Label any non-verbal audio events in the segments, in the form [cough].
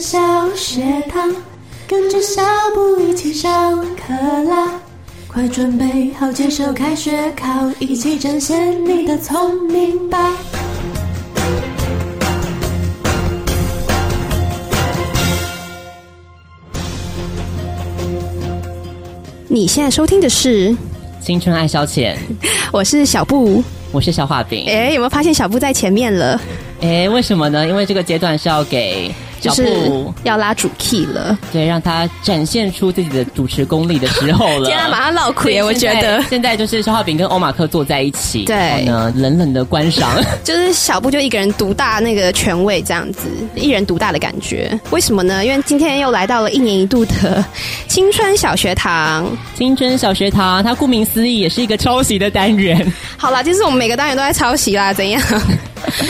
小学堂，跟着小布一起上课啦！快准备好接受开学考，一起展现你的聪明吧！你现在收听的是，青春爱消遣，我是小布。我是小画饼。哎、 [laughs] 哎，有没有发现小布在前面了？为什么呢？因为这个阶段是要给就小布、是要拉主 key 了。对，让他展现出自己的主持功力的时候 [laughs] 了。天啊，马上闹对亏！我觉现在得现在就是肖化饼跟欧马克坐在一起，对然后呢，冷冷的观赏。 [laughs] 就是小布就一个人独大那个权位这样子，一人独大的感觉。为什么呢？因为今天又来到了一年一度的青春小学堂。青春小学堂，它顾名思义也是一个抄袭的 [laughs] 单元，好啦，其实我们每个单元都在抄袭啦，怎样？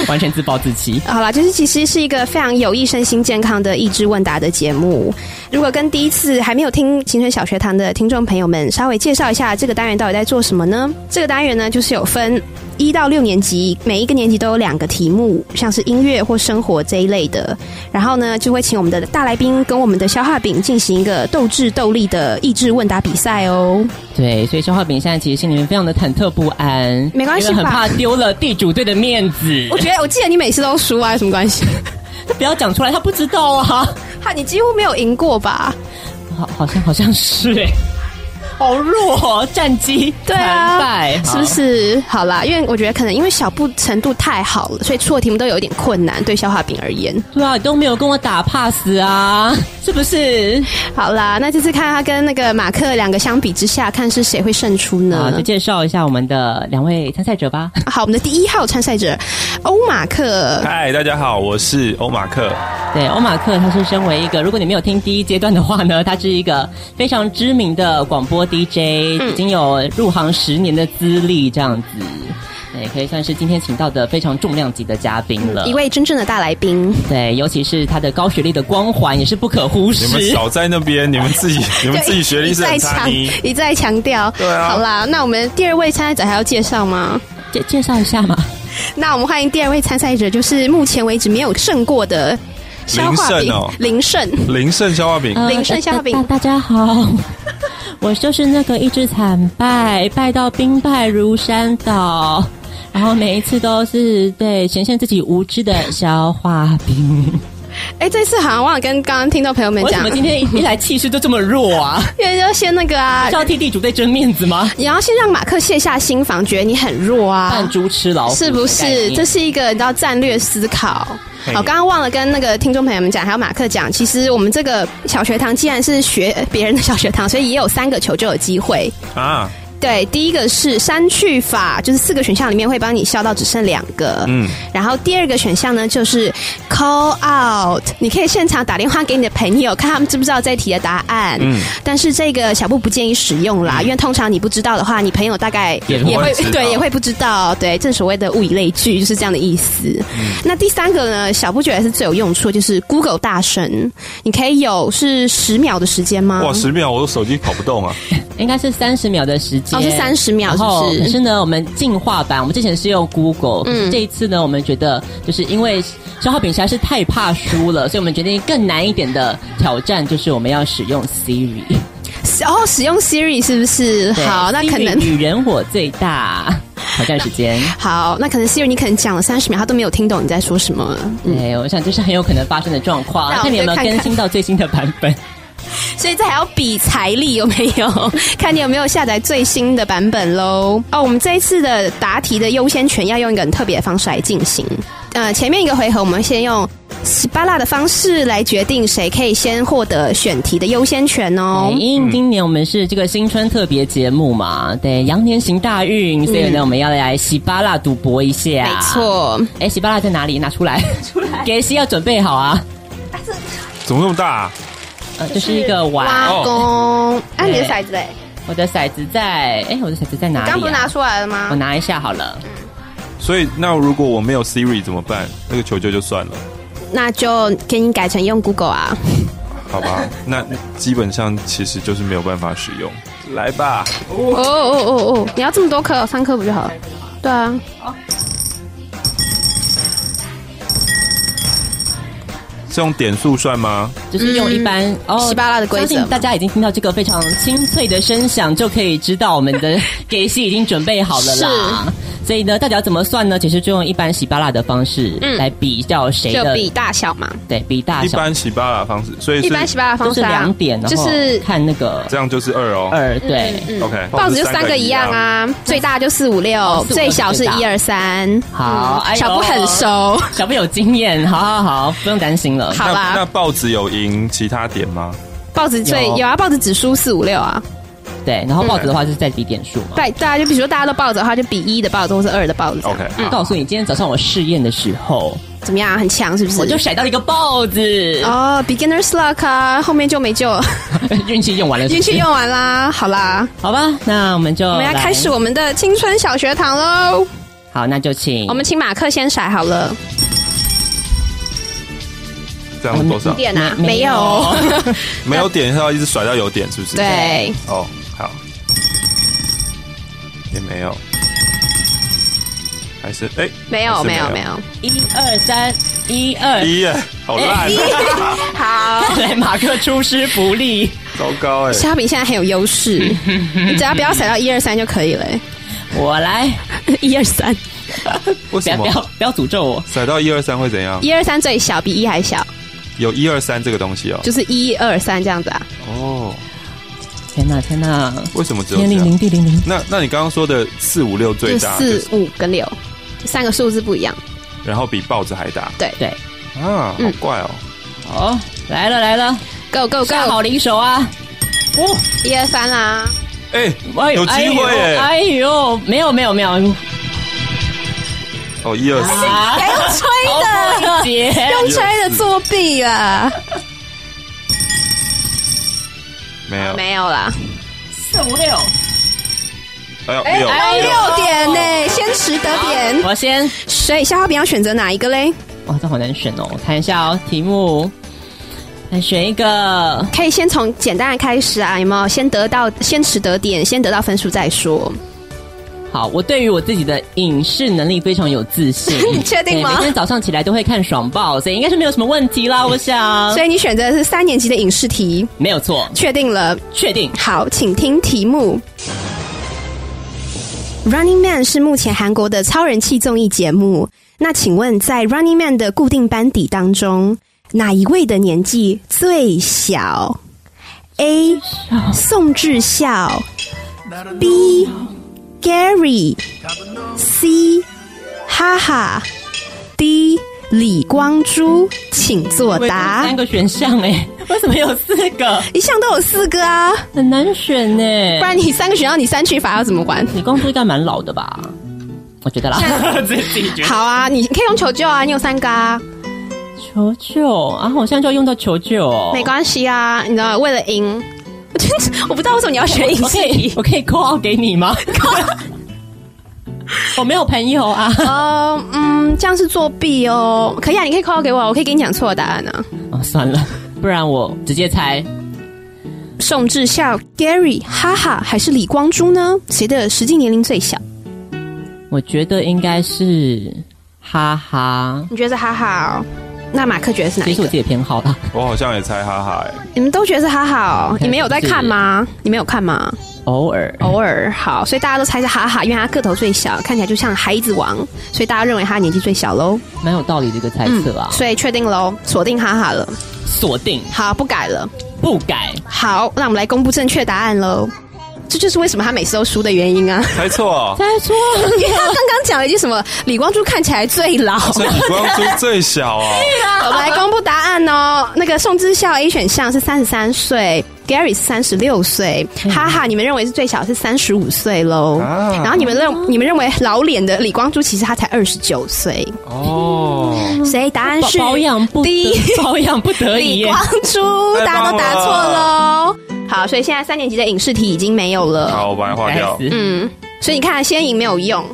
完全自暴自弃。好啦，就是其实是一个非常有益身心健康的益智问答的节目。如果跟第一次还没有听青春小学堂的听众朋友们稍微介绍一下这个单元到底在做什么呢？这个单元呢，就是有分一到六年级，每一个年级都有两个题目，像是音乐或生活这一类的。然后呢，就会请我们的大来宾跟我们的消化饼进行一个斗智斗力的益智问答比赛哦。对，所以肖化饼现在其实心里面非常的忐忑不安，没关系因为很吧怕丢了地主队的面子我。觉得我记得你每次都输啊，有什么关系？ [laughs] 不要讲出来，他不知道啊。哈，你几乎没有赢过吧？好，好像好像是哎、 [laughs] 好弱、哦，战绩对啊惨败，是不是？好啦，因为我觉得可能因为小布程度太好了，所以出的题目都有一点困难，对消化饼而言。好？对啊，你都没有跟我打 pass 啊，是不是？好啦，那这次看他跟那个马克两个相比之下，看是谁会胜出啊，呢就？介绍一下我们的两位参赛者 [laughs] 吧。好，我们的第一号参赛者欧马克，嗨，大家好，我是欧马克。对，欧马克他是身为一个，如果你没有听第一阶段的话呢，他是一个非常知名的广播 DJ，、已经有入行十年的资历，这样子。对，可以算是今天请到的非常重量级的嘉宾了。一位真正的大来宾。对，尤其是他的高学历的光环也是不可忽视。你们少在那边，你们自 [laughs] 己， [laughs] 你们自己学历是在很差强的。一再强调。对啊好啦，那我们第二位参赛者还要介绍吗？介介绍一下嘛。那我们欢迎第二位参赛者，就是目前为止没有胜过的消化零饼胜哦林胜。林胜消化饼，呃林胜下饼大大大家好， [laughs] 我就是那个一直惨败，败到兵败如山倒，然后每一次都是对显现自己无知的消化饼。哎、这次好像忘了跟刚刚听众朋友们为什讲么，今天一来气势就这么弱 [laughs] 啊？因为要先那个啊是，要替地主队争面子吗？你要先让马克卸下心防，觉得你很弱扮啊，猪吃老虎是不是？这是一个你知道战略思考。嘿好，刚刚忘了跟那个听众朋友们讲，还有马克讲，其实我们这个小学堂既然是学呃别人的小学堂，所以也有三个求救的机会。啊，对，第一个是删去法，就是四个选项里面会帮你消到只剩两个。嗯嗯，然后第二个选项呢就是 call out，你可以现场打电话给你的朋友，看他们知不知道这一题的答案。嗯嗯，但是这个小布不建议使用啦，因为通常你不知道的话，你朋友大概也不会知道 [laughs] 对也会不知道。对，正所谓的物以类聚，就是这样的意思。嗯那第三个呢，小布觉得是最有用处，就是 Google 大神，你可以有是十秒的时间吗？哇，十秒我的手机跑不动啊！应该是三十秒的时间，哦是30秒然是后不是嗯可是呢，我们进化版，我们之前是用 Google，可是这一次呢，我们觉得就是因为消耗饼实在是太怕输了，所以我们决定更难一点的挑战，就是我们要使用 [laughs] Siri。然后哦使用 Siri 是不是？对啊好，那可 Siri 能。女人我最大。挑战 [laughs] 时间，好，那可能 Siri 你可能讲了三十秒，他都没有听懂你在说什么。对，哎我想这是很有可能发生的状况。嗯 [laughs] 那我们看你有没有就看看更新到最新的版本。所以这还要比财力有 [laughs] 没有，看你有没有下载最新的版本喽。哦，我们这一次的答题的优先权要用一个很特别的方式来进行。呃，前面一个回合我们先用斯巴拉的方式来决定谁可以先获得选题的优先权 [laughs] 哦对。哎因为今年我们是这个新春特别节目嘛，对，羊年行大运，所以呢，我们要来喜巴拉赌博一下。嗯没。错，哎，喜巴拉在哪里？拿 [laughs] 出来，出来。给西要准备好啊，怎么那么大啊？呃，这是一个碗。挖哦工。啊，你的对骰子嘞？我的骰子在，哎，我的骰子在哪里、啊？刚不是拿嗯出来了吗我？拿一下好了。所以那如果我没有 Siri 怎么办？那个求救就算了，那就给你改成用 Google 啊。好 [laughs] 吧？那基本上其实就是没有办法使用。来吧，哦哦哦哦，你要这么多颗，三颗不就好了？对啊。是用点数算吗？就是用一般哦稀巴烂的规则相信大家已经听到这个非常清脆的声响，就可以知道我们 [laughs] 的给戏已经准备好了啦。所以呢，到底要怎么算呢？其实就用一般洗巴拉的方式嗯来比较谁就的、比大小嘛，对比大一小，般洗巴拉方式，所以一般是洗巴拉就方是式啊两点，然后就是看那个这样就是二哦。二对。嗯 OK，哦报纸就三个一样啊，最大就四五六，四五六最小是最大一二三。好哎呦小布很熟，小朋友有经验，好好好，不用担心了。好那那啦，报纸有赢其他点吗？报纸最有有啊，报纸只输四五六啊。对，然后报纸的话就是再比点数嘛。大大家就比如说大家都抱着的话，就比一的抱着或是二的抱着这样。 OK，我告诉你，今天早上我试验的时候，怎么样？啊很强是不是？我就甩到了一个豹子，哦，beginner's luck 啊，后面就没救， [laughs] 运气用完了是运不是气用完啦。好啦，好吧，那我们就我我们要开始我们的青春小学堂喽。好，那就请我们请马克先甩好了，这样是多少？点啊，没没有。没有点是要一直甩到有点，是不是？对，哦，好，也没有，还是哎、 [laughs] 没 [laughs] 有，还是没有，没没有。一二三，一二，一耶，好烂， [laughs] 好，看 [laughs] 来马克出师不利。糟糕哎、 [laughs] 虾饼现在很有优 [laughs] 势，你只要不要甩到一二三就可以 [laughs] 了。我来，一二三，为不什要不要么不要诅咒我。甩到一二三会怎样？一二三最小，比一还小，有一二三这个东西哦、就是一二三这样子啊。哦，天哪天哪，为什么只有天这灵灵样？地灵灵。那那你刚刚说的四五六就最大，四就是五跟六，三个数字不一样。然后比豹子还大对，啊，好嗯怪哦、哦，来了来了， Go go 下好 go！离手啊！哦，一二三 [laughs] 啦，哎、哎有呦机哎呦会耶哎呦，没有没有没有，哎哦，一二四，啊，还用吹逃的，过一劫，用吹的作弊啊啦，没有，没有啦，四五六，哎呦，哎六、哎呦六点呢，先迟得点。我先，所以夏浩饼要选择哪一个嘞？哇，这好难选哦，我看一下哦，题目，来选一个，可以先从简单的开始啊，有没有？先得到，先迟得点，先得到分数再说。好，我对于我自己的影视能力非常有自 [laughs] 信。你确定吗对每天早上起来都会看爽报，所以应该是没有什么问题 [laughs] 啦。我想，所以你选择的是三年级的影视题，没有错，确定了。确定。好，请听题目。Running Man 是目前韩国的超人气综艺节目。那请问，在 Running Man 的固定班底当中，哪一位的年纪最小？A. 宋智孝，B. Gary，C. 哈哈，D. 李光洙，请作我有答三。个选项哎、 [laughs] 为什么有四个？一向都有四个啊。很难选呢、不然你三个选项，你三去法要怎么玩？你公司应该蛮老的 [laughs] 吧？我觉得啦，自己自己觉得。好啊，你可以用求救啊，你有三个啊，求救啊！我现在就要用到求救、哦，没关系啊，你知道为了赢，我真的 [laughs] 我不知道为什么你要学我影可视 [laughs] 以题我可以 call out 给你 [laughs] 吗？我没有朋友啊。哦，嗯，这样是作弊哦，可以啊，你可以 call 给我啊，我可以给你讲错的答案啊，哦，算了，不然我直接猜宋智孝、Gary、哈哈还是李光洙呢？谁的实际年龄最小？我觉得应该是哈哈，你觉得是哈哈、哦？那马克觉得是哪这一是我个自？己的偏好啦。我好像也猜哈哈哎、你们都觉得是哈哈、哦？你们有在看吗？你们有看吗？偶尔，偶尔好，所以大家都猜是哈哈，因为他个头最小，看起来就像孩子王，所以大家认为他年纪最小喽。蛮有道理的一个猜嗯测啊。所以确定喽，锁定哈哈了。嗯锁定好，不改了。不改，好，那我们来公布正确答案喽。这就是为什么他每次都输的原因啊，猜错、哦，猜错因 [laughs] 为啊他刚刚讲了一句什么，李光洙看起来最老。所以李光洙最小哦、我们来公布答案哦。 [laughs] 那个宋智孝 A 选项是三十三岁，Gary 是三十六岁，哈哈，你们认为是最小是三十五岁喽。啊然后你们认你们认为老脸的李光洙其实他才二十九岁，哦，所以答案保是保养不第得一，保养不得已李耶光。洙，太大家棒都答错了喽。好，所以现在三年级的影视题已经没有了。好，我把它划该 [laughs] 掉。哎死，嗯，所以你看，先赢没有用，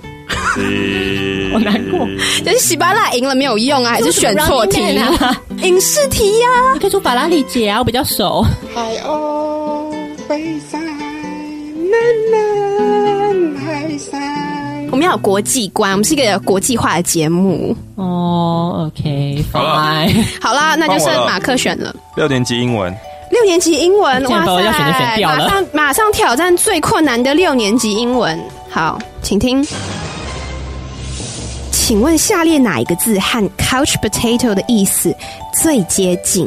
咦好难过就是喜巴拉赢了没有用啊，还是选错题这是什么 [laughs] Running Man 啊？影视题呀、可以出法拉利姐啊，我比较熟。 I always sign, na na, I sign. 我们要有国际观，我们是一个国际化的节目。哦好了，OK，fine。好啦，那就剩换我了马克选了。六年级英文，六年级英文，竟哇然把我塞！要选的选掉了马上马上挑战最困难的六年级英文。好，请听。请问下列哪一个字和 couch potato 的意思最接近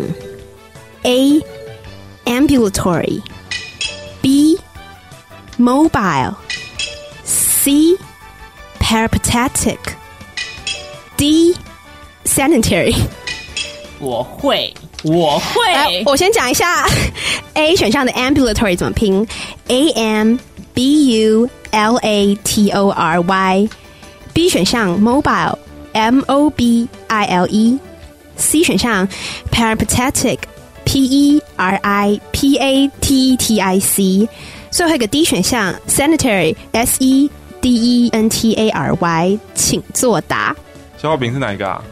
？A. ambulatory B. mobile C. peripatetic D. sanitary 我会，我来会，，我先讲一下 A [laughs] 选项的 ambulatory 怎么拼，A M B U L A T O R Y。B 选项 mobile M O B I L E，C 选项 peripatetic P E R I P A T E T I C，最后一个 D 选项 sanitary S E D E N T A R Y，请作答。消化饼是哪一个啊？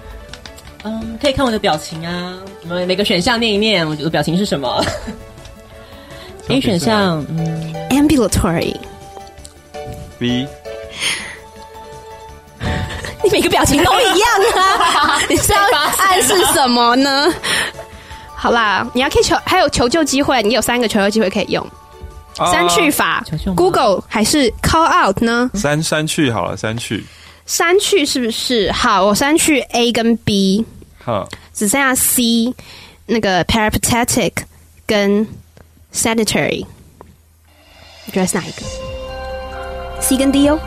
嗯，可以看我的表情啊，我们每个选项念一念，我的表情是什么？A [laughs] 选项，嗯 ambulatory， B 你每个表情都一样啊！你是要暗示什么呢？好啦，你要可以求，还有求救机会，你有三个求救机会可以用。啊删去法求救吗，Google 还是 Call Out 呢？删删去好了，删去。删去是不是？好，我删去 A 跟 B，哈，只剩下 C 那个 peripatetic 跟 sanitary，你觉得是哪一个？C 跟 D 哦，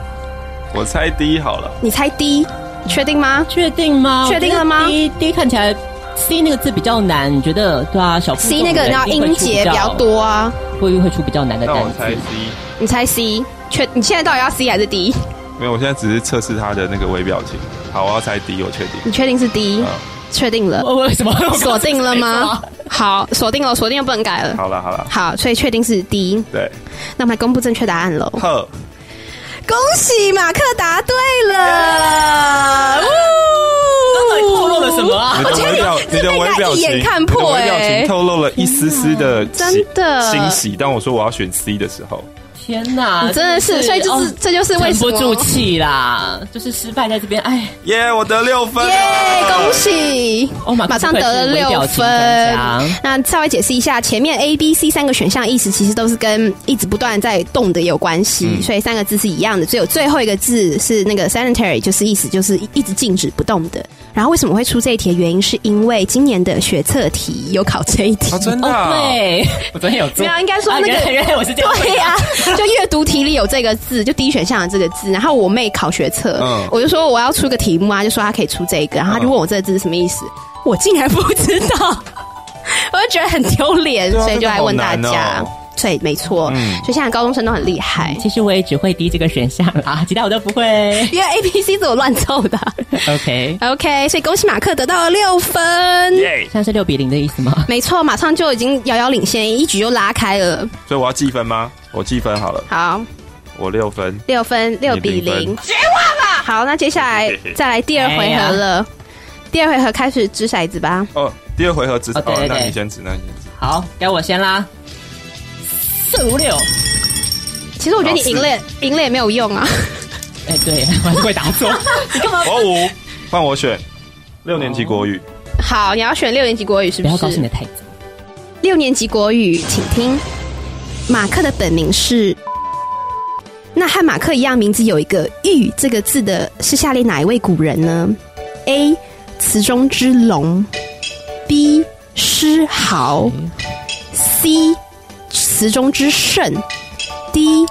我猜 D 好了。你猜 D，确定吗？确定吗？确定了吗？D D 看起来 C 那个字比较难，你觉得对啊？小 C 那个然后音节比较，多啊。会会出比较难的那单我猜词。 C，你猜 C，确？你现在到底要 C 还是 D？没有，我现在只是测试他的那个微表情。好，我要猜 D，我确定。你确定是 D？啊嗯确定了，我为什么 [laughs] 锁定了吗？？好，锁定了，锁定了，不能改了。好了好了，好，所以确定是 D。对，那我们来公布正确答案喽！呵，恭喜马克答对了！呜到底透露了什么啊哦你的微表，这你的微表被他一情，眼看你的破微表欸情透露了一丝丝的喜真的欣喜。当我说我要选 C 的时候，天哪，你真的是，所以就是、哦这就是为沉什么不住气啦，就是失败在这边。哎耶，我得六分啊耶了，恭喜！ ，Oh my，啊哦马上得了六分。那稍微解释一下，前面 A、B、C 三个选项意思其实都是跟一直不断在动的有关系，所以三个字是一样的。只有最后一个字是那个 sanitary，就是意思就是一直静止不动的。然后为什么会出这一题的原因，是因为今年的学测题有考这一题。啊，真的啊，哦，对，我昨天有做，没有应该说啊那个原来原来我是这样，对 [laughs] 呀、就阅读题里有这个字，就第一选项的这个字。然后我妹考学测，嗯我就说我要出个题目啊，就说她可以出这个，然后她就问我这个字是什么意思，我竟然不知道， [laughs] 我就觉得很丢脸，对啊所以就来问大这个好家。难哦所以没错，嗯所以现在高中生都很厉害，哎其实我也只会 D 这个选项啦， [laughs] 其他我都不 [laughs] 会。因为 A、B、C 是我乱凑的。 [laughs] OK， OK，所以恭喜马克得到了六分。耶，现在是六比零的意思吗？没错，马上就已经遥遥领先，一举就拉开了。所以我要计分吗？我计分好了，好，我六分。六分六比你零零分，绝望啊了。好，那接下 [laughs] 来再来第二回合哎了。第二回合开始掷骰子吧。哦，第二回合只哦对对哦，那对你先指，那你先指。好，该我先啦。四五六，其实我觉得你赢了也，赢了也没有用啊。 [laughs] 哎，对， [laughs] 我还是会打错。你干嘛？我哦五，换我选六年级国语。好，你要选六年级国语是不要不告诉是你的？太早。六年级国语，请听。马克的本名是，那和马克一样名字有一个“玉”这个字的是下列哪一位古人呢？A. 词中之龙，B. 诗豪。C 词中之圣，D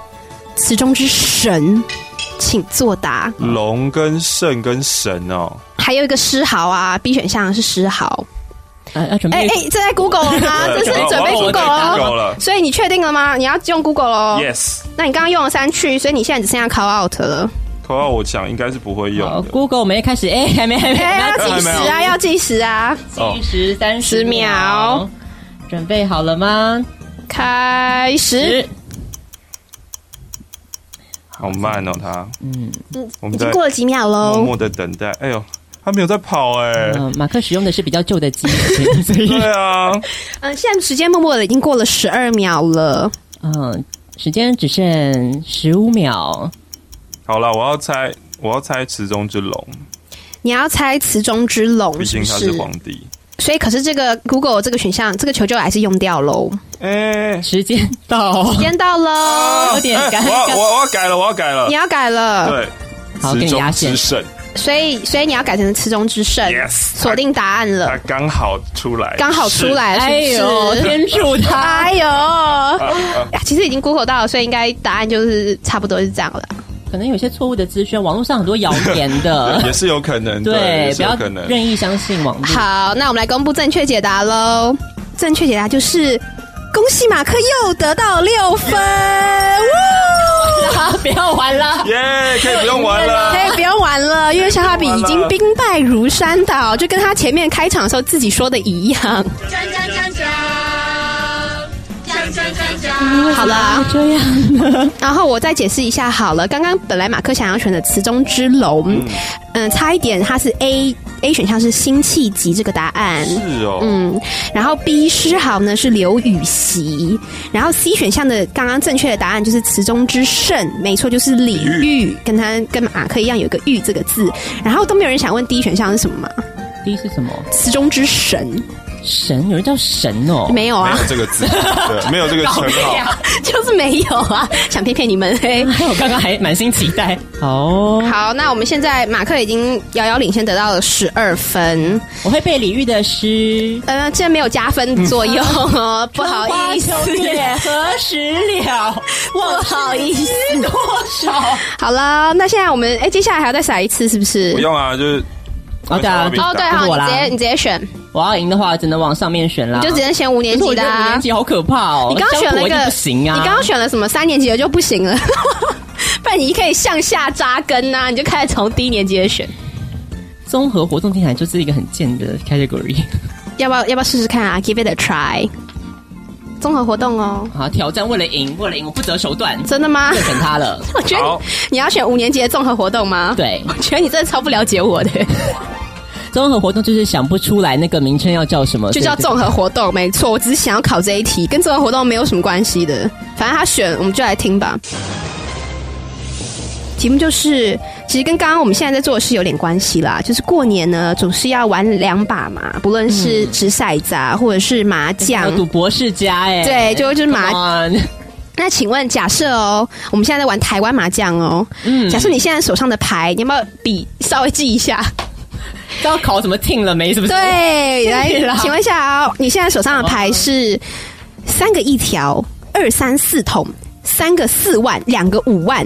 词中之神，请作答。龙跟圣跟神哦，还有一个诗豪啊，B 选项是诗豪。呃，要准哎备哎，这在 Google 了 [laughs] 吗？对这是我准备我 Google 我哦。 Google 了所以你确定了吗？你要用 Google 喽。 ，yes。那你刚刚用了三去，所以你现在只剩下 call out 了。口号我想应该是不会用好的。 Google，我们一开始哎，还没还没，哎，要计还时啊，要计时啊！哦没计时三十十秒秒，准备好了吗？开始十。，好慢哦，他嗯我已们经在过了哦几秒默喽。默的等待。哎呦，他没有在跑哎。嗯，马克使用的是比较旧的机型， [laughs] 所以对啊，嗯，现在时间默默的已经过了十二秒了。嗯，时间只剩十五秒，好了，我要猜，我要猜池中之龙，你要猜词中之龙毕是竟不他是？是皇帝。所以，可是这个 Google 这个选项，这个求救还是用掉喽。哎、时间到， [laughs] 啊时间到喽，有点哎尴我要尬。我我要改了，我要改了你。要改了，对，好跟池你压中线之圣所以所以你要改成词中之圣 Yes 啊锁定答案了他，刚好出来，呃刚好出来哎呦，是不是？天助他！ [laughs] 哎呦，哎啊其实已经 Google 到了，所以应该答案就是差不多是这样了。可能有些错误的资讯，网络上很多谣言啊的 [laughs] 也，是有可能，对，对也，不是要有可能。任意相信网络。 [laughs] 好，那我们来公布正确解答喽。正确解答就是，恭喜马克又得到六 [laughs] 分，哇！好，不要玩 [laughs] 了。耶可以不用玩可了。以不用玩了，因为小哈比已经兵败如山倒，就跟他前面开场的时候自己说的一样。好啦，这样呢？然后我再解释一下好了。刚刚本来马克想要选的《词中之龙》，嗯、差一点他是 A A 选项是辛弃疾这个答案。是哦，嗯，然后 B 诗豪呢是刘禹锡，然后 C 选项的刚刚正确的答案就是词中之圣，没错，就是李煜，跟他跟马克一样有一个煜这个字，然后都没有人想问 D 选项是什么嘛？第一是什么？词中之神神，有人叫神哦。没有没啊有，这个字，对，没有这个称啊号。 [laughs] 就是没有啊， [laughs] 想骗骗你们嘿。我刚刚还满心期待。哦，好，那我们现在马克已经遥遥领先，得到了十二分。我会背李煜的诗。呃，这没有加分作用哦，不好意 [laughs] 思，春花秋月何时了？不好意思。多少？好了，那现在我们哎，接下来还要再撒一次，是不是不？用啊，就是哦对啊哦，对，好，我你啦直接你直接选，我要赢的话，只能往上面选啦。就只能选五年可是级我觉的、得五啊年。级好可怕哦。你刚刚选了一香火个就不行啊。你刚刚选了什么三年级的就不行了， [laughs] 不然你可以向下扎根呐、你就开始从低年级的选。综合活动听起来就是一个很贱的 category。要不要要不要试试看啊？Give it a try，综合活动哦。好，啊挑战为了赢，为了赢，我不择手段，真的吗就？选他 [laughs] 了。 [laughs] 我觉得好你你要选五年级的综合活动吗？，对，我觉得你真的超不了解我的，综合活动就是想不出来那个名称要叫什么，就叫所以综合活动，没错。我只是想要考这一题，跟综合活动没有什么关系的。反正他选，我们就来听吧。题目就是，其实跟刚刚我们现在在做的事有点关系啦。就是过年呢，总是要玩两把嘛，不论是掷骰子啊，或者是麻还将有。赌博世家哎、对就就是麻 Come on 那请问，假设哦，我们现在在玩台湾麻将哦，嗯假设你现在手上的牌，你要不要比稍微记一下？要考什么 team 了 [laughs] 没？是不是？对，来对啦，请问一下啊、你现在手上的牌是三个一条，二三四筒，三个四万，两个五万，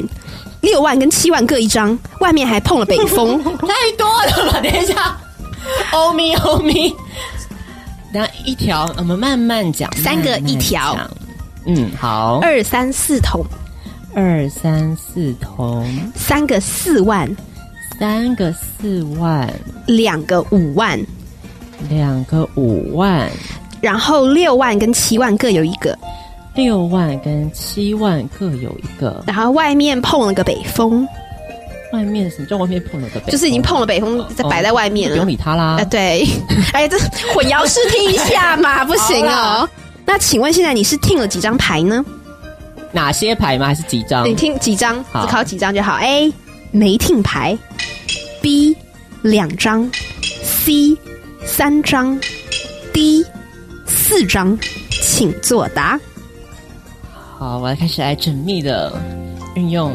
六万跟七万各一张，外面还碰了北风。太多了吧？等一下，欧米欧米，等一下一条，我们慢慢讲，三个一条慢慢讲。嗯，好，二三四筒，二三四同，三个四万，三个四万，两个五万，两个五万，然后六万跟七万各有一个，六万跟七万各有一个。然后外面碰了个北风，外面什么叫外面碰了个北？哦就是已经碰了北风，在摆在外面了不用。理他啦啊，。对， [laughs] 哎，这混淆视听一下嘛，不行好哦。那请问现在你是听了几张牌呢？哪些牌吗？还是几张你？听几张，好只考几张就好。A 没听牌，B 两张，C 三张，D 四张，请作答，好，我要开始来缜密的运用，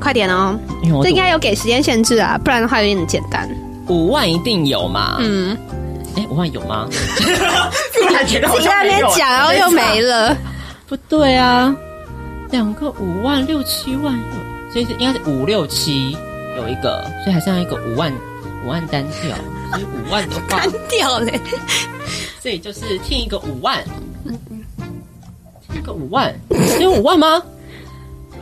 快点哦！运用我这应赌该有给时间限制啊，不然的话有点简单。五万一定有嘛？嗯，哎，五万有 [laughs] 吗？突然哦觉得自己在那边讲，然后又啊没 [laughs] 了。不对啊，两个五万六七万，所以是应该是五六七有一个，所以还剩下一个五万五万单跳，所以五万的 [laughs] 话，干掉嘞！所以就是听一个五万，听一个五万，只有五万吗？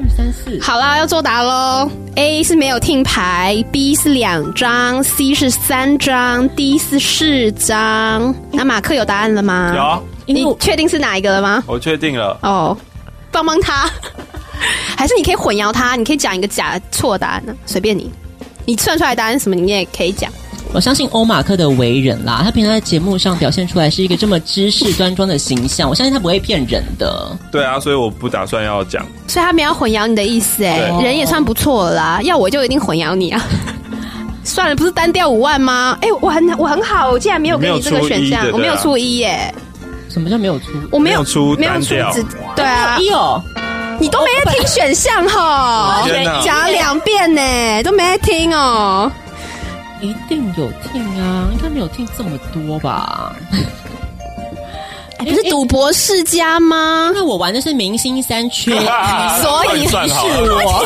二三四，好啦，要作答喽。A 是没有听牌，B 是两张，C 是三张，D 是四张。那马克有答案了吗？有，啊因为你我确定是哪一个了吗？我确定了。哦，帮帮他， [laughs] 还是你可以混淆他？你可以讲一个假错答案呢，随便你。你算出来答案是什么，你也可以讲。我相信欧马克的为人啦，他平常在节目上表现出来是一个这么知识端庄的形象，我相信他不会骗人的。对啊，所以我不打算要讲。所以他没有混淆你的意思哎，对人也算不错了啦，要我就一定混淆你啊。 [laughs] 算了，不是单调五万吗？哎、我很我很好，我竟然没有给你这个选项，你我没没有有出出一耶，什么叫没有出？我没有啊没有出没有单出调子，对啊，一哦，你都没在听选项哈，天哪讲了两遍呢，都没在听哦。一定有听啊，应该没有听这么多吧？哎不是赌博世家吗？那我玩的是明星三 [laughs] [laughs] 缺一，所以乱算好是了，我，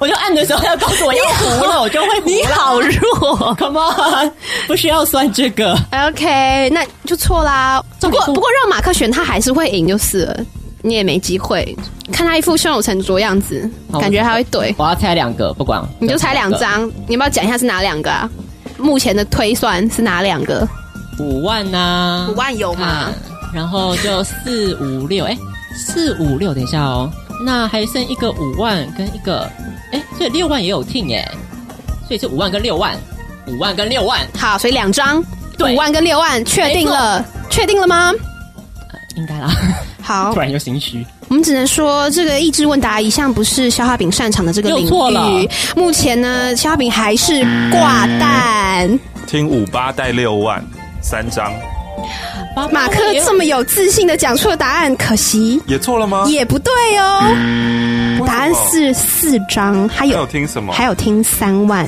我就按的时候要告诉我要糊了，我就会糊了。你好弱，Come on，不需要算这个。 OK，那就错啦。不重过点不不过让马克选，他还是会赢就是了，你也没机会。看他一副胸有成竹的样子，好感觉他会怼。我要猜两个，不管你就猜两，啊张，你要不要讲一下是哪两个啊？目前的推算是哪两个？五万呐、五万有吗看？，然后就四五六，哎，四五六，等一下哦，那还剩一个五万跟一个，哎，所以六万也有听哎，所以是五万跟六万，五万跟六万，好，所以两张，对五万跟六万，确定了，确定了吗？应该啦，好突，然又心虚，我们只能说，这个益智问答一向不是消化饼擅长的这个领又错了域。目前呢，消化饼还是挂蛋。听五八带六万三张，八八马克也有这么有自信的讲出了答案，可惜也错了吗？也不对哦。答案为什么是四张，还还有有听什么？还有听三万，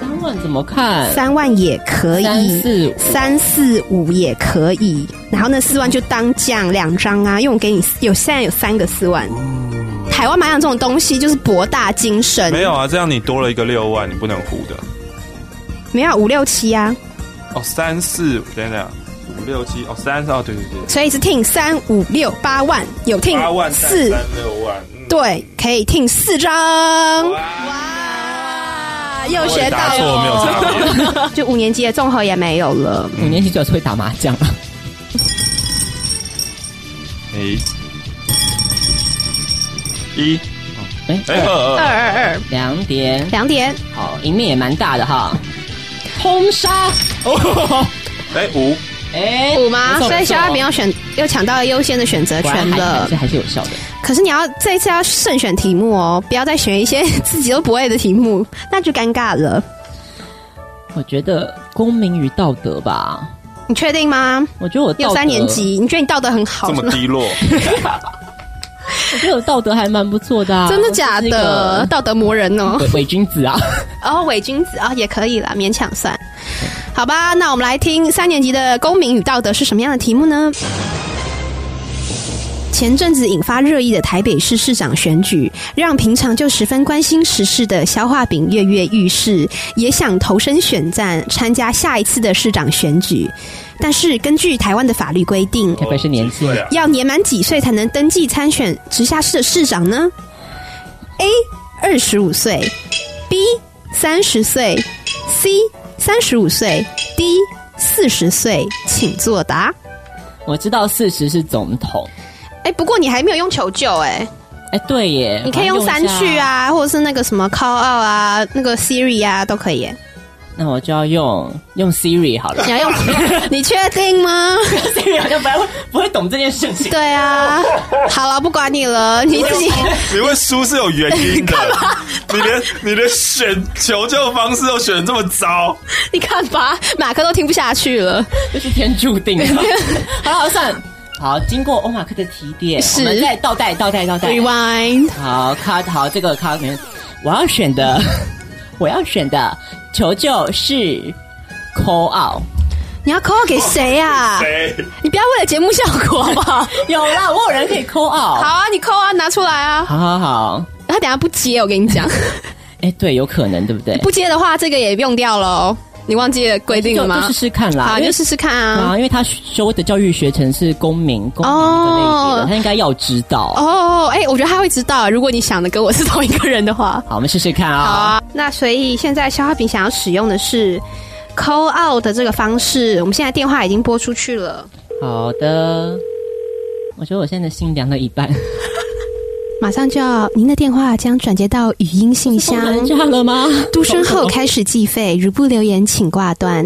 三万怎么看？三万也可以，三四五三四五也可以。然后那四万就当降两张啊，因为我给你有现在有三个四万。台湾买养这种东西就是博大精深，嗯没有啊，这样你多了一个六万，你不能糊的。没有五六七啊，哦，三四，等等，五六七，哦，三哦，对对对，所以是听三五六八万，有听八万带四三六万，嗯，对，可以听四张。哇哇，啊又学到答错没有了，答对。 [laughs] 就五年级的综合也没有了。五年级主要是会打麻将啊了。诶，一，哎哎，二二二，二二两点，两点，好，赢面也蛮大的哈。轰杀！哦，哎五，哎、五吗？不错所以小二饼，不要选，又抢到了优先的选择错果然权还了还是。还是有效的。可是你要这一次要慎选题目哦，不要再选一些自己都不会的题目， [laughs] 那就尴尬了。我觉得公民与道德吧，你确定吗？我觉得我你有道德三年，级，你觉得你道德很好这是么吗？低落， [laughs] 我觉得我道德还蛮不错的、啊。真的假我是一的？个道德磨人哦。伪伪君子啊！ [laughs] 哦，伪君子啊、也可以啦，勉强算。好吧，那我们来听三年级的公民与道德是什么样的题目呢？前阵子引发热议的台北市市长选举，让平常就十分关心时事的消化饼跃跃欲试，也想投身选战，参加下一次的市长选举。但是根据台湾的法律规定，该不会是年轻对啊，要年满几岁才能登记参选直辖市的市长呢？A 二十五岁，B 三十岁，C 三十五岁，D 四十岁，请作答。我知道四十是总统，哎，不过你还没有用求救哎、哎、对耶，你可以用反三正一下去。啊，或者是那个什么 call out 啊，那个 Siri 啊，都可以耶。那我就要用用 Siri 好了你要用， [laughs] 你确定 [laughs] 吗？ ，Siri 好像不会不会懂这件事情。对啊，好了，不管你了，你自己。你会输是有原因的，你连你连选求救方式都选得这么糟， [laughs] 你看吧，马克都听不下去了。这是天注 [laughs] 定的。好了，好算了好，经过欧马克的提点，是我们再倒带倒带倒带。 Rewind。好，卡好这个卡没有，我要选的， [laughs] 我要选的求救是 call out。你要 call 给谁呀、啊？哎，你不要为了节目效果好不好？有啦，我有人可以 call [laughs] 好 out。啊，你 call 啊，拿出来啊。好好好，他等下不接，我跟你 [laughs] 讲，哎、对，有可能，对不对？不接的话，这个也用掉了哦。你忘记了规定了就就吗试？试看啦，好，因就为试试看啊。啊，因为他修的教育学程是公民公民的类别哦的，他应该要知道。哦，哎，我觉得他会知道，如果你想的跟我是同一个人的话。好，我们试试看啊。好啊，那所以现在消化饼想要使用的是 call out 的这个方式。我们现在电话已经拨出去了。好的，我觉得我现在心凉了一半。马上就要您的电话将转接到语音信 [laughs] 箱。人炸了吗？嘟声后开始计费，如不留言请挂 [laughs] 断。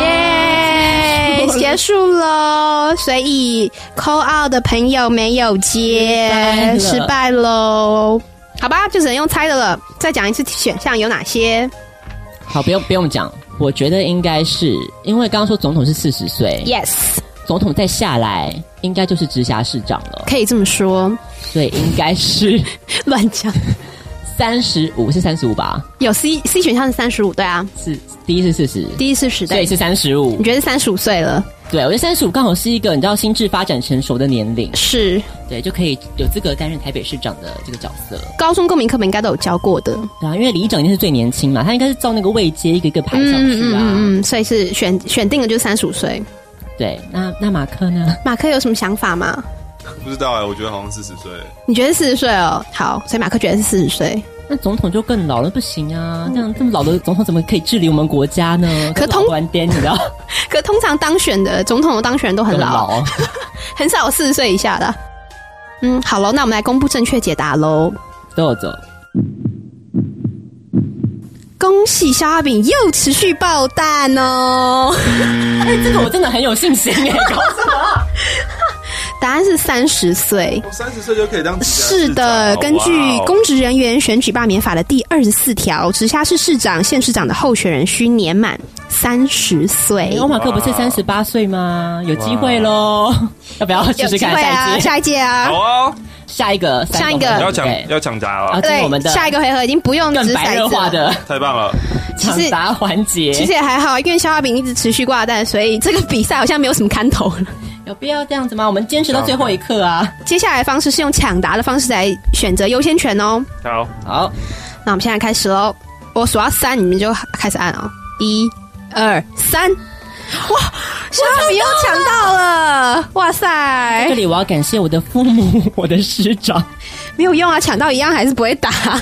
耶， [laughs] 结束喽！所以 call out 的朋友没有接，失败了失败喽。好吧，就只能用猜的了。再讲一次选项有哪些？好，不用不用讲，我觉得应该是因为刚刚说总统是四十岁 Yes，总统再下来应该就是直辖市长了，可以这么说，所以应该 [laughs] 是乱讲。三十五，是三十五吧？有 C C 选项是三十五，对啊，是第一是四十，第一次时所代以。是三十五你。觉得三十五岁了？对，我觉得三十五刚好是一个你知道心智发展成熟的年龄，是对，就可以有资格担任台北市长的这个角色。高中共鸣课本应该都有教过的，对啊，因为里长一定是最年轻嘛，他应该是照那个位阶一个一个排上去嗯嗯啊。嗯嗯，所以是选选定了就是三十五岁。对，那那马克呢？马克有什么想法吗？不知道哎、我觉得好像四十岁，你觉得四十岁哦？好，所以马克觉得是四十岁。那总统就更老了，不行啊！这样这么老的总统怎么可以治理我们国家呢？可跟老通完颠，你知道，可通常当选的总统的当选人都很更老，老。很少有四十岁以下的。嗯，好喽，那我们来公布正确解答喽。都有走，恭喜肖阿炳又持续爆蛋 [laughs] 哦！ [laughs] 这个我真的很有信心 [laughs] 耶！搞什么答案是三十岁。我哦三十岁就可以当直辖市是的，长根据哇《哦公职人员选举罢免法》的第二十四条，直辖市市长、县市长的候选人需年满三十岁。欧马克不是三十八岁吗？有机 [laughs] 会喽！要不要试有试机看会下啊，一届？下一届啊好，啊，下一个，下一个要讲，抢啊对要抢答了啊，，这是我们的下一个回合已经不用更掷白热骰子化了。的太棒了！其抢实答环节，其实也还好，因为肖亚炳一直持续挂蛋，所以这个比赛好像没有什么看头了。 [laughs] 有必要这样子吗？我们坚持到最后一刻啊！接下来的方式是用抢答的方式来选择优先权哦。好，好，那我们现在开始喽，我数到三，你们就开始按哦。一、二、三，哇，肖亚炳又抢到了！哇这塞，里我要感谢我的父母，我的师长。没有用啊，抢到一样还是不会打。 [laughs]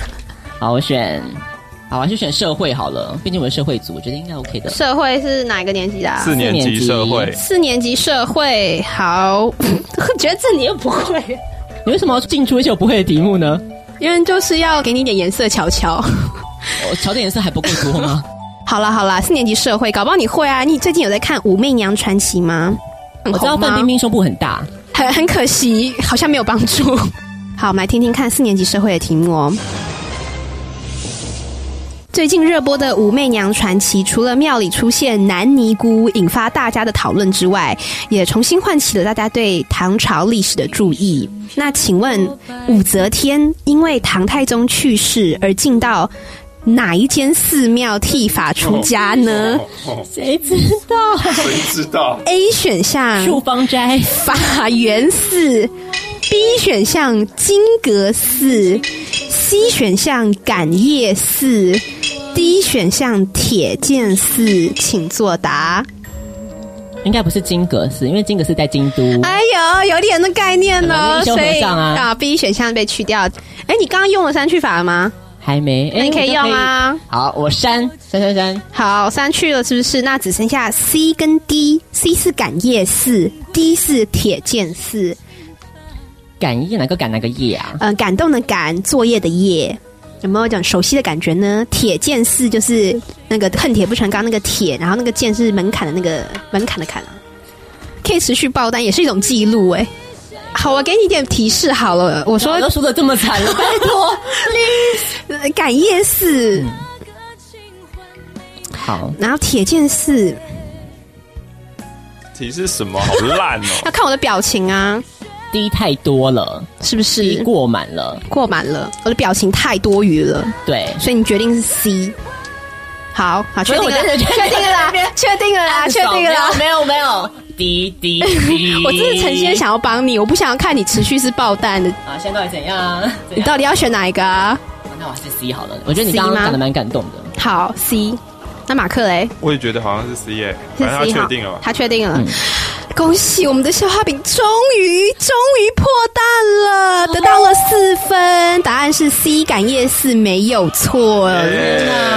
好，我选，好，我还是选社会好了，毕竟我是社会组，我觉得应该 OK 的。社会是哪一个年级的、啊？四年级社会四年级社会好， [laughs] 我觉得这你又不会，你为什么要进出一些我不会的题目呢？因为就是要给你一点颜色瞧瞧。我瞧哦的颜色还不够多吗？ [laughs] 好啦好啦，四年级社会，搞不好你会啊！你最近有在看《武媚娘传奇》吗？很我知道红吗范冰冰胸部很大，很很可惜，好像没有帮助。 [laughs] 好，我们来听听看四年级社会的题目哦。最近热播的《武媚娘传奇》，除了庙里出现男尼姑引发大家的讨论之外，也重新唤起了大家对唐朝历史的注意。那请问武则天因为唐太宗去世而进到哪一间寺庙剃发出家呢哦谁知 [laughs] 道？谁知道？ ？A 选项树方斋，法源寺，B 选项金阁寺，C 选项感业寺，D 选项铁剑寺，请作答。应该不是金阁寺，因为金阁寺在京都。哎呦，有点那概念好呢吧，那一休所以和尚啊 b 选项被去掉。哎，你刚刚用了删去法了吗？还没，哎那你可以用。我啊就。可以好，我删删删删，好，删去了是不是？那只剩下 C 跟 D，C 是感业寺，D 是铁剑寺。感业哪个感哪个业啊？呃，感动的感，作业的业，有没有一种熟悉的感觉呢？铁剑寺就是那个恨铁不成钢那个铁，然后那个剑是门槛的那个门槛的槛啊，可以持续爆单也是一种记录哎、好，我给你一点提示好了，我说我都输的这么惨了，拜托。哦呃 [laughs] 感业寺， [laughs] 嗯好，然后铁剑寺，题是什么？好烂哦！要看我的表情啊，低太多了，是不低是？过满了。过满了，我的表情太多余了，对，所以你决定是 C。好好，确定我了，真的觉得确定了啦，确定了啊啦，确定了啦。。没有没有，滴滴滴 [laughs] 我真的诚心地想要帮你，我不想要看你持续是爆弹的，啊，现在到底怎样？你到底要选哪一个啊？那我还是 C 好了。我觉得你刚 C 刚吗讲的蛮感动的。好，C。那马克雷我也觉得好像是 C 耶，是反正他 C 哈确定了吧？他确定了。恭喜我们的消化饼终于终于破蛋了，得到了四分，答案是 C，感叶四没有错。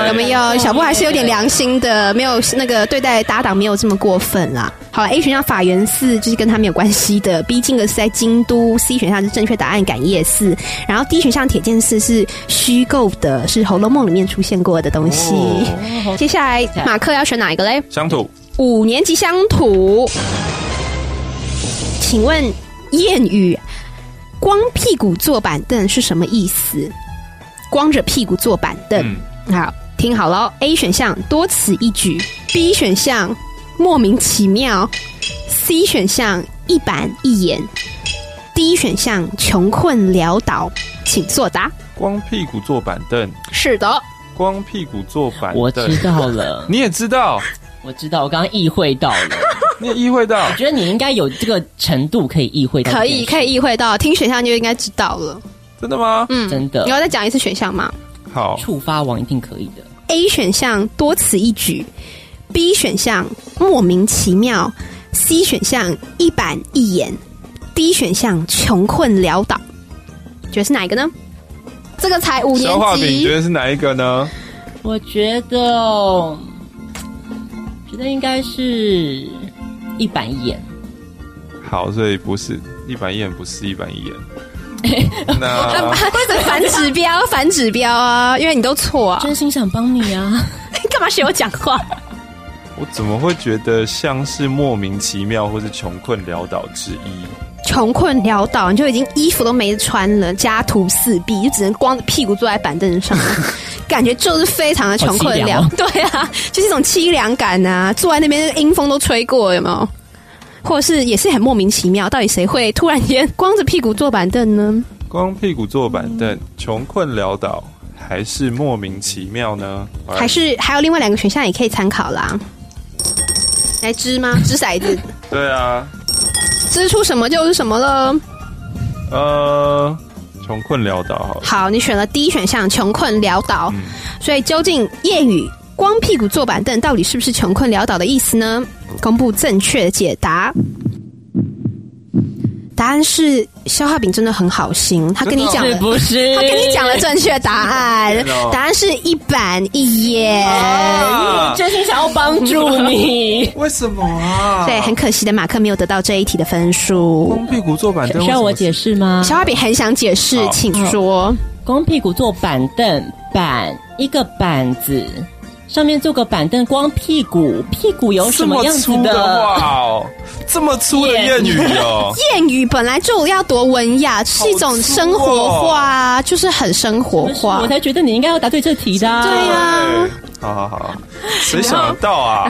有没有？小布还是有点良心的，没有那个对待搭档没有这么过分啦。好，A 选项法源寺就是跟他没有关系的，B 进格是在京都，C 选项是正确答案感叶寺，然后 D 选项铁剑寺是虚构的，是《红楼梦》里面出现过的东西。哦接下来马克要选哪一个嘞？乡土五年级乡土，请问谚语“光屁股坐板凳”是什么意思？光着屁股坐板凳，好，听好了，A 哦选项多此一举，B 选项莫名其妙，C 选项一板一眼，D 选项穷困潦倒，请作答。光屁股坐板凳，是的，光屁股坐板我凳知，道了， [laughs] 你也知道，我知道，我刚刚意会到了。 [laughs] 你也意会到。我觉得你应该有这个程度可以意会到，可以可以，意会到，听选项就应该知道了。真的吗？嗯真的你要再讲一次选项吗？好，触发王一定可以的。 A 选项多此一举，B 选项莫名其妙，C 选项一板一眼，D 选项穷困潦倒。觉得是哪一个呢？这个才五年消化饼你级，觉得是哪一个呢？我觉得哦，觉得应该是一板一眼。好，所以不是一板一眼，不是一板一眼。那规则反指标，反指标啊！因为你都错啊，真心想帮你 [laughs] 啊！ [laughs] 干嘛学我讲话？我怎么会觉得像是莫名其妙或是穷困潦倒之一？穷困潦倒，你就已经衣服都没穿了，家徒四壁，就只能光着屁股坐在板凳 [laughs] 上，感觉就是非常的穷困好凄潦凉哦。 [laughs] 对啊，就是一种凄凉感啊，坐在那边阴风都吹过，有没有？或者是也是很莫名其妙，到底谁会突然间光着屁股坐板凳呢？光屁股坐板凳，穷困潦倒，还是莫名其妙呢？哎哎还是还有另外两个选项也可以参考啦。来掷吗？掷骰 [laughs] 子，对啊，掷出什么就是什么了。呃，穷困潦倒好了，好，你选了第一选项，穷困潦倒。嗯所以究竟谚语“光屁股坐板凳”到底是不是穷困潦倒的意思呢？公布正确解答。答案是消化饼真的很好心，他跟你讲是了，不是？他跟你讲了正确答案真的哦，答案是一板一眼。啊。真心想要帮助你 [laughs] 为什么啊？对，很可惜的，马克没有得到这一题的分数。光屁股坐板凳，需要我解释？释吗？小花饼很想解释，好请说。光屁股坐板凳，板一个板子，上面坐个板凳，光屁股，屁股有什这么样子粗的话哦，这么粗的谚语哦，谚语本来就要多文雅，啊是一种生活化啊，就是很生活不是化我。才觉得你应该要答对这题的、啊。对啊对，好好好，谁想得到啊？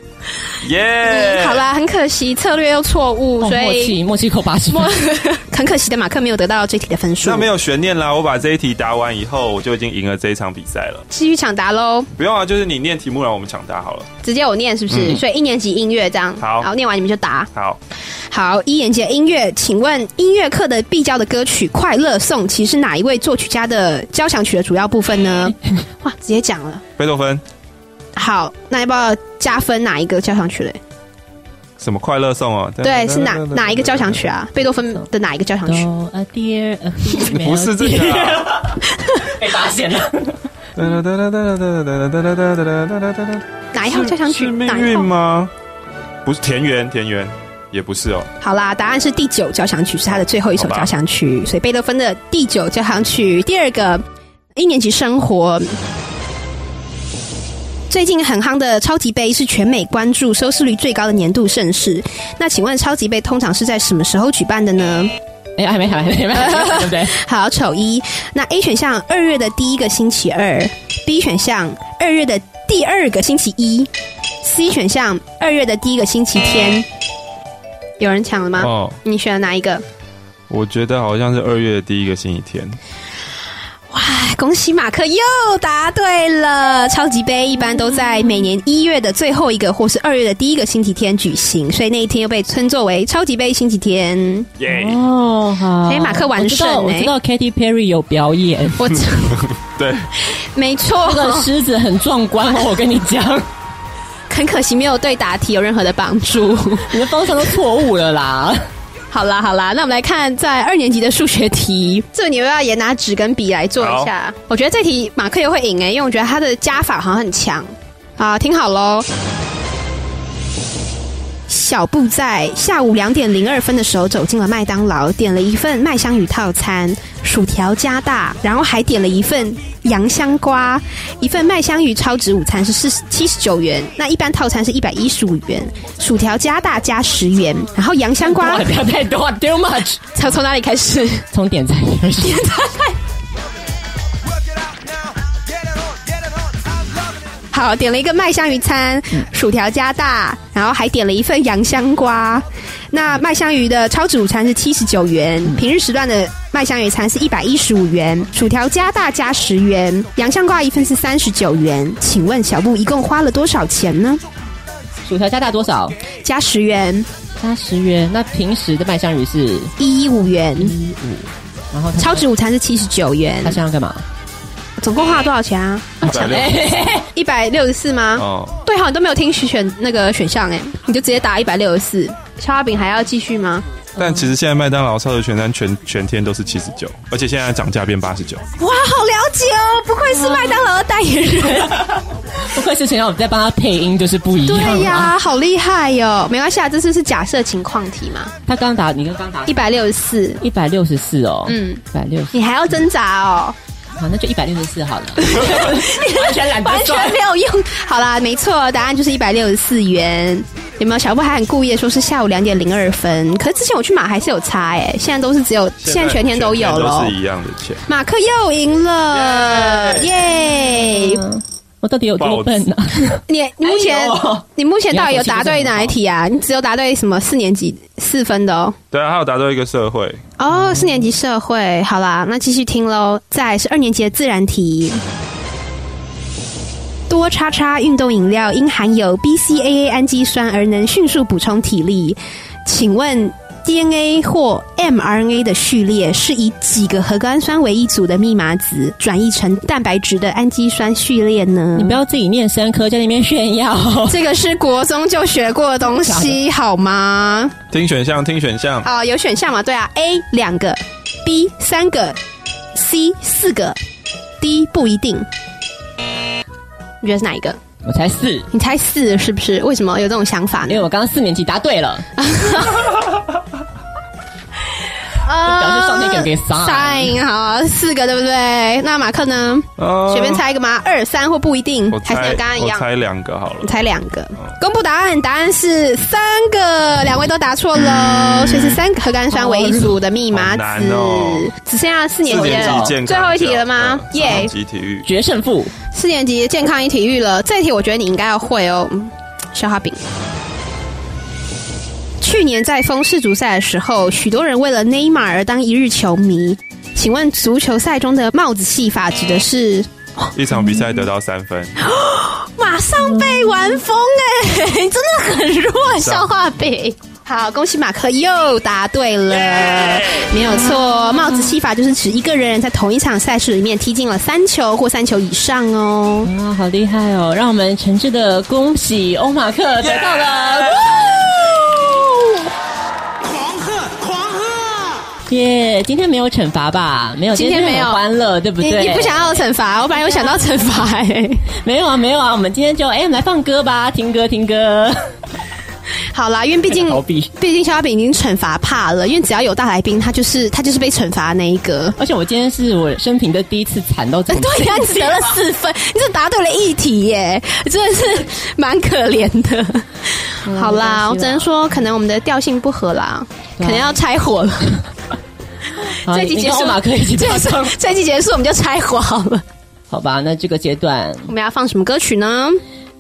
耶！好，啦，很可惜，策略又错误，哦所默以契，默契扣八 [laughs] 十分。 [laughs] 很可惜的马克没有得到这题的分数那。没有悬念啦，我把这一题答完以后，我就已经赢了这一场比赛了。继续抢答喽，不用啊，就是你念题目，然后我们抢答好了。直接我念是不是？所以一年级音乐这样，嗯好念完你们就答。好，好，一年级的音乐，请问音乐课的必教的歌曲《快乐颂》其实是哪一位作曲家的交响曲的主要部分 [laughs] 呢？哇，直接讲了。贝多芬好，那要不要加分哪一个交响曲嘞？什么快乐颂哦？对，是哪哪一个交响？曲啊？贝多芬的哪一个交响曲？哦，a dear，a [laughs] female [laughs] 不是这个啊被发现了。哒哒哒哒哒哒哒哒哒哒哒哒哒哒哒。哪一号交响曲？是命哪一运号？吗？不是田园，田园也不是哦。好啦，答案是第九交响曲，是他的最后一首好吧交响曲，所以贝多芬的第九交响曲。第二个，一年级生活。最近很夯的超级杯是全美关注收视率最高的年度盛事。那请问超级杯通常是在什么时候举办的呢？哎，还没，还没，还没，对不对？好，丑一。那 A 选项二月的第一个星期二，B 选项二月的第二个星期一，C 选项二月的第一个星期天。有人抢了吗？哦，你选了哪一个？我觉得好像是二月的第一个星期哦天。哎，恭喜马克又答对了！超级杯一般都在每年一月的最后一个或是二月的第一个星期天举行，所以那一天又被称作为超级杯星期天。耶！哦，好。哎马克完胜我哎知道我知道 Katy Perry 有表演，我，对，没错这，个狮子很壮观哦，我跟你讲。很可惜没有对答题有任何的帮助。你的方向都错误了啦。好啦好啦，那我们来看在二年级的数学题，这个你又要也拿纸跟笔来做一下。我觉得这题马克又会赢哎、因为我觉得他的加法好像很强。好，听好喽。小布在下午两点零二分的时候走进了麦当劳，点了一份麦香鱼套餐，薯条加大，然后还点了一份洋香瓜。一份麦香鱼超值午餐是四七十九元，那一般套餐是一百一十五元，薯条加大加十元，然后洋香瓜 [laughs] 哇，不要太多，too much。要从哪里开 [laughs] 始？从点赞开始，好，点了一个麦香鱼餐，薯条加大，然后还点了一份洋香瓜。那麦香鱼的超值午餐是七十九元，平日时段的麦香鱼餐是一百一十五元，薯条加大加十元，洋香瓜一份是三十九元。请问小布一共花了多少钱呢？薯条加大多少？加十元，加十元。那平时的麦香鱼是，一一五元。然后他超值午餐是七十九元他，想要干嘛？总共花了多少钱啊？百六哎一百六十四吗？哦，对哈，你都没有听选那个选项哎，你就直接打一百六十四。消化饼还要继续吗？但其实现在麦当劳超值全餐全全天都是七十九，而且现在涨价变八十九。哇，好了解哦，不愧是麦当劳的代言 [laughs] 人。不愧是想要我们在帮他配音，就是不一样、啊。对呀、好厉害哟、没关系啊，这次是假设情况题嘛，他刚打，你跟刚打一百六十四，一百六十四哦，嗯嗯，一百六十，你还要挣扎 [laughs] 哦，好，那就一百六十四 [laughs] 好了，完全懒得完算全没。有用。好啦，没错，答案就是一百六十四元。有没有小布还很故意的说是下午两点零二分？可是之前我去买还是有差哎、现在都是只有现在全天都有全了天都。是一样的钱。马克又赢了，耶！我到底有多笨啊呢、你你目前、哎呦你目前到底有答对你要口气不是很好哪一题啊？你只有答对什么四年级四分的哦。对啊，还有答对一个社会，哦，四年级社会，好啦，那继续听喽。再来是二年级的自然题。多叉叉运动饮料因含有 BCAA 氨基酸而能迅速补充体力，请问 DNA 或 mRNA 的序列是以几个核苷酸为一组的密码子转译成蛋白质的氨基酸序列呢？ [laughs] 你不要自己念生科，在那边炫耀。这个是国中就学过的东西，好吗？听选项，听选项，啊、有选项嘛？对啊，A 两个，B 三个，C 四个，D 不一定。你觉得是哪一个？我才四，因你猜四是不是？为什么有这种想法呢为？我刚刚四年级答对了，啊表示上天给给撒 sign 好，四个对不对？那马克呢？呃随便，猜一个吗？二三或不一定哦我，还是猜跟刚刚一我样？猜两个好了你。猜两个，哦公布答案，答案是三个，两位都答错喽，所以是三个核苷酸为一组的密码子嗯好难哦，只剩下四年四级年级了，健康最后一题了吗？教耶嗯，超级体育，决胜负。四年级健康与体育了，这一题我觉得你应该要会哦，嗯消化饼。去年在封世足赛的时候，许多人为了内马尔而当一日球迷。请问足球赛中的帽子戏法指的是一场比赛得到三分，马上被玩疯哎、真的很弱，啊消化饼。好，恭喜马克又答对了没有错。帽子戏法就是指一个人在同一场赛事里面踢进了三球或三球以上哦。啊，好厉害哦！让我们诚挚的恭喜欧马克得到了，耶！今天没有惩罚吧？没有，今天天没有很欢乐，对不你对？你不想要有惩罚？我本来有想到惩罚哎、 [laughs] 没有啊，没有啊，我们今天就哎、我们来放歌吧，听歌听歌， [laughs] 好啦，因为毕竟逃避。毕竟肖亚饼已经惩罚怕了，因为只要有大来宾，他就是他就是被惩罚那一个。而且我今天是我生平的第一次惨到这种 [laughs] 哎对 [laughs] 呀、你只得了四分，你只答对了一题 [laughs] 耶，真的是蛮可怜的。好啦，我没关系啦只能说可能我们的调性不合啦，可对啊能要拆伙 [laughs] 了。好这你集啊你结跟束，欧马克一起这发集送，这集结束我们就拆伙好了。好吧？那这个阶段，我们要放什么歌曲呢？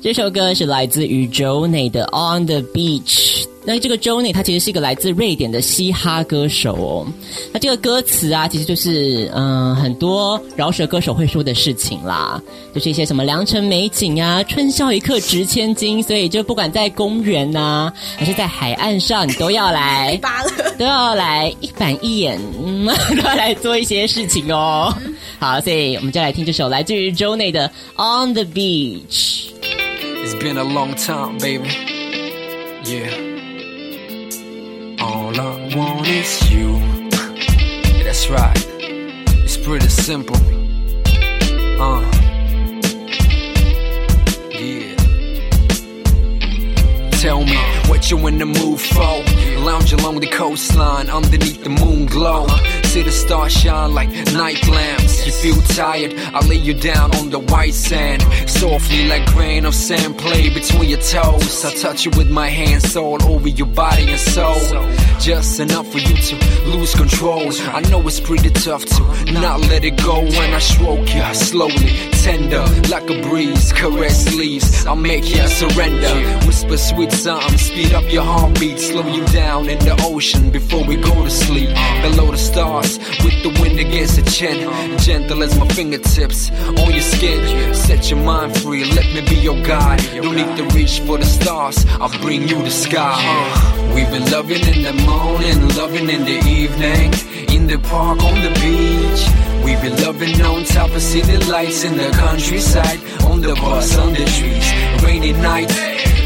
这首歌是来自于 Jonny 的《On the Beach》。那这个 Jonny 他其实是一个来自瑞典的嘻哈歌手哦。那这个歌词啊，其实就是嗯、很多饶舌歌手会说的事情啦，就是一些什么良辰美景啊，春宵一刻值千金。所以就不管在公园呐、还是在海岸上，你都要来都要来一板一眼，嗯， [laughs] 都要来做一些事情哦。好，所以我们就来听这首来自于 Jonny 的《On the Beach》。 Thank It's been a long time, baby. Yeah. All I want is you. Yeah, that's right. It's pretty simple. Uh. Yeah. Tell me what you in the mood for. Lounge along the coastline, underneath the moon glow. See the stars shine like night lamps. You feel tired, I lay you down on the white sand. Softly like grain of sand, play between your toes. I touch you with my hands all over your body and soul. Just enough for you to lose control. I know it's pretty tough to not let it go when I stroke you slowly, tender, like a breeze. Caress leaves, I'll make you surrender. Whisper sweet something, speed up your heartbeat, slow you down in the ocean before we go to sleep. Below the stars, with the wind against your chin, gentle as my fingertips on your skin. Set your mind free, let me be your guide. No need to reach for the stars, I'll bring you the sky. Uh, We've been loving in the morning, loving in the evening, in the park, on the beach. We've been loving on top of city lights in the countryside, on the bus, on the trees, rainy nights.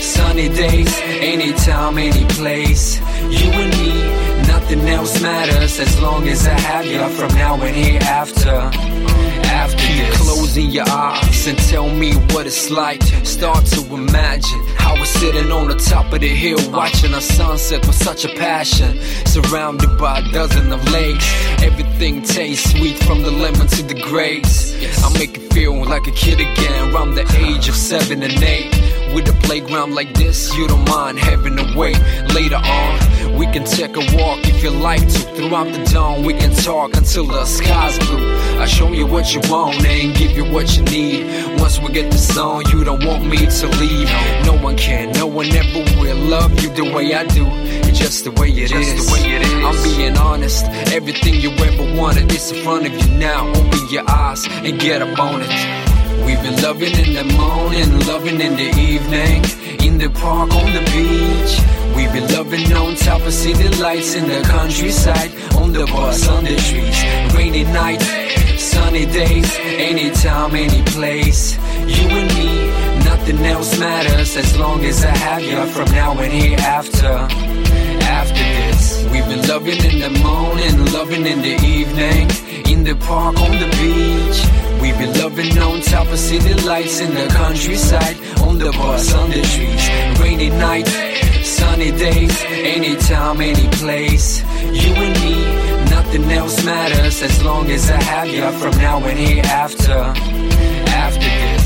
Sunny days, anytime, any place. You and me, nothing else matters as long as I have you from now and hereafter. After Keep closing your eyes and tell me what it's like. Start to imagine how we're sitting on the top of the hill, watching a sunset with such a passion. Surrounded by a dozen of lakes, everything tastes sweet from the lemon to the grapes. I make you feel like a kid again, around the age of seven and eight. With a playground like this, you don't mind having to wait. Later on, we can take a walk if you like to. Throughout the dawn, we can talk until the sky's blue. I show you what you want and give you what you need. Once we get this on, you don't want me to leave. No one can, no one ever will love you the way I do. It's just the way it is. I'm being honest. Everything you ever wanted is in front of you now. Open your eyes and get up on it. We've been loving in the morning, loving in the evening, in the park, on the beach. We've been loving on top of city lights in the countryside, on the bus, on the trees, rainy nights, sunny days, anytime, any place. You and me, nothing else matters as long as I have you from now and hereafter after this. We've been loving in the morning, loving in the evening, in the park, on the beach. We've been loving on top of city lights in the countryside, on the bus, on the trees, rainy nights, sunny days, anytime, any place. You and me, nothing else matters as long as I have you from now and hereafter. After this.